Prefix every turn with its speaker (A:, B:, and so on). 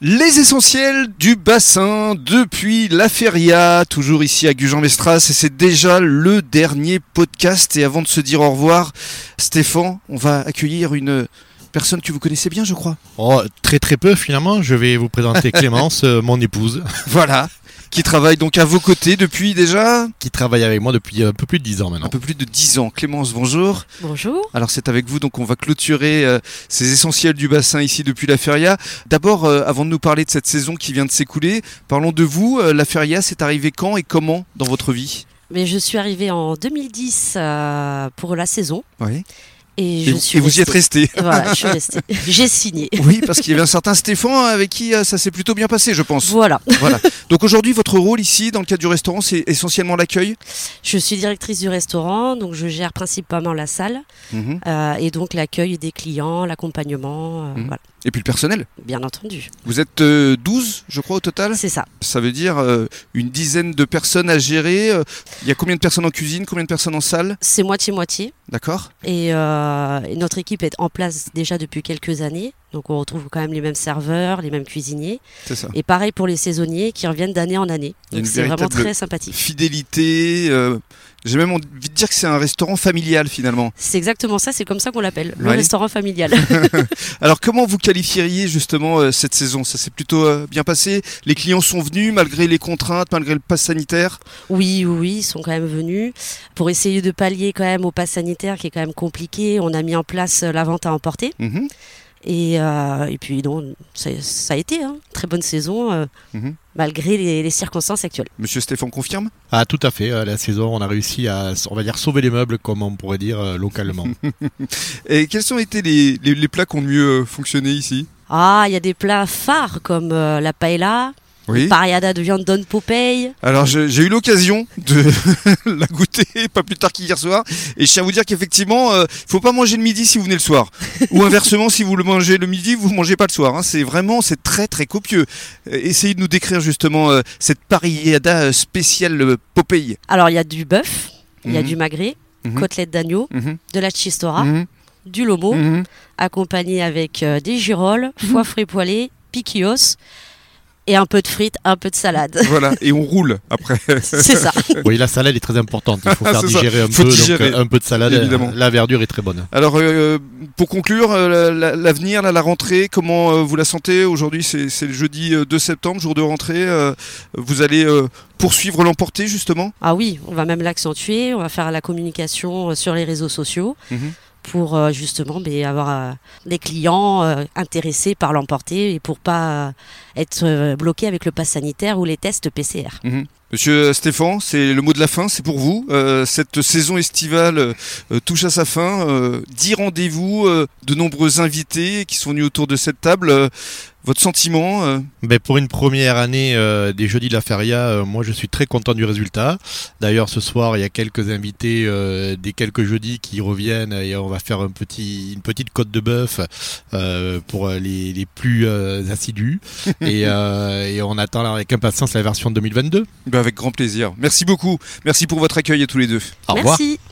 A: Les essentiels du bassin depuis la Feria, toujours ici à Gujan-Mestras, et c'est déjà le dernier podcast. Et avant de se dire au revoir, Stéphane, on va accueillir une personne que vous connaissez bien, je crois.
B: Oh, très très peu finalement. Je vais vous présenter Clémence, euh, mon épouse,
A: Voilà, qui travaille donc à vos côtés depuis déjà
B: qui travaille avec moi depuis euh, un peu plus de 10 ans maintenant.
A: un peu plus de 10 ans. Clémence, bonjour.
C: Bonjour.
A: Alors c'est avec vous donc on va clôturer euh, ces essentiels du bassin ici depuis la Feria. D'abord, euh, avant de nous parler de cette saison qui vient de s'écouler, parlons de vous. Euh, la Feria, c'est arrivé quand et comment dans votre vie
C: Mais je suis arrivée en 2010 euh, pour la saison
A: oui.
C: et
A: Et,
C: je
A: vous-
C: suis
A: et vous y êtes
C: restée.
A: resté.
C: Et Voilà, je suis restée. J'ai signé.
A: Oui, parce qu'il y avait un certain Stéphane avec qui euh, ça s'est plutôt bien passé, je pense.
C: Voilà.
A: Voilà. Donc aujourd'hui, votre rôle ici, dans le cadre du restaurant, c'est essentiellement l'accueil.
C: Je suis directrice du restaurant, donc je gère principalement la salle
A: Mhm.
C: euh, et donc l'accueil des clients, l'accompagnement, euh,
A: Mhm.
C: voilà,
A: Et puis le personnel.
C: bien entendu.
A: Vous êtes euh, 12, je crois, au total.
C: C'est ça.
A: Ça veut dire euh, une dizaine de personnes à gérer. Euh, Il y a combien de personnes en cuisine, combien de personnes en salle
C: C'est moitié-moitié.
A: D'accord
C: Et, euh, et notre équipe est en place déjà depuis quelques années. Donc on retrouve quand même les mêmes serveurs, les mêmes cuisiniers.
A: C'est ça.
C: Et pareil pour les saisonniers qui reviennent d'année en année.
A: Il y a
C: Donc
A: une
C: c'est vraiment
A: véritable-
C: très sympathique.
A: fidélité. euh, J'ai même envie de dire que c'est un restaurant familial finalement.
C: C'est exactement ça, c'est comme ça qu'on l'appelle, le
A: Ouais.
C: restaurant familial.
A: Alors comment vous qualifieriez justement euh, cette saison Ça s'est plutôt euh, bien passé Les clients sont venus malgré les contraintes, malgré le pass sanitaire
C: oui, oui, oui, ils sont quand même venus. Pour essayer de pallier quand même au pass sanitaire qui est quand même compliqué, on a mis en place euh, la vente à emporter.
A: Mhm.
C: Et, euh, et puis donc, ça, ça a été, hein. très bonne saison, euh,
A: Mhm.
C: malgré les, les circonstances actuelles.
A: Monsieur Stéphane confirme
B: Ah, tout à fait. euh, la saison, on a réussi à, on va dire, sauver les meubles, comme on pourrait dire euh, localement.
A: Et quels ont été les, les- les plats qui ont le mieux euh, fonctionné ici
C: Ah, il y a des plats phares comme euh, la paella,
A: Oui.
C: pariada de viande Don Popeye.
A: Alors je- j'ai eu l'occasion de la goûter pas plus tard qu'hier soir et je tiens à vous dire qu'effectivement euh, faut pas manger le midi si vous venez le soir ou inversement si vous le mangez le midi vous mangez pas le soir hein. c'est vraiment c'est très très copieux. Euh, essayez de nous décrire justement euh, cette pariada euh, spéciale euh, Popeye.
C: Alors il y a du bœuf, il y a
A: Mhm.
C: du Ah, magret,
A: Mhm.
C: côtelette d'agneau,
A: Mhm,
C: de la chistora,
A: mhm,
C: du lomo.
A: mhm.
C: accompagné avec euh, des girolles,
B: Mhm.
C: foie frit poêlé, piquillos et un peu de frites, un peu de salade.
A: Voilà et on roule après.
C: C'est ça.
B: oui, la salade est très importante. Il faut
A: Ah,
B: faire
A: c'est ça.
B: digérer un
A: Faut
B: peu,
A: digérer,
B: donc euh, un peu de salade. euh,
A: évidemment.
B: La verdure est très bonne.
A: Alors euh, pour conclure euh, la- la- l'avenir là, la rentrée comment euh, vous la sentez aujourd'hui c'est c'est le jeudi euh, 2 septembre jour de rentrée euh, vous allez euh, poursuivre l'emporter justement
C: Ah oui, on va même l'accentuer, on va faire la communication euh, sur les réseaux sociaux
A: Mhm.
C: pour euh, justement ben, avoir euh, des clients euh, intéressés par l'emporter et pour pas euh, être euh, bloqué avec le pass sanitaire ou les tests PCR.
A: Monsieur Stéphane, c'est le mot de la fin, c'est pour vous. Euh, cette saison estivale euh, touche à sa fin. Euh, dix rendez-vous, euh, de nombreux invités qui sont venus autour de cette table. Euh, votre sentiment euh,
B: Ben, pour une première année euh, des Jeudis de la Feria, euh, moi je suis très content du résultat. D'ailleurs, ce soir, il y a quelques invités euh, des quelques jeudis qui reviennent et on va faire un petit, une petite côte de bœuf euh, pour euh, les, les plus euh, assidus. et, euh, et on attend avec impatience la version 2022.
A: Eh ben Avec grand plaisir. Merci beaucoup. Merci pour votre accueil à tous les deux.
B: Au revoir.
C: Merci.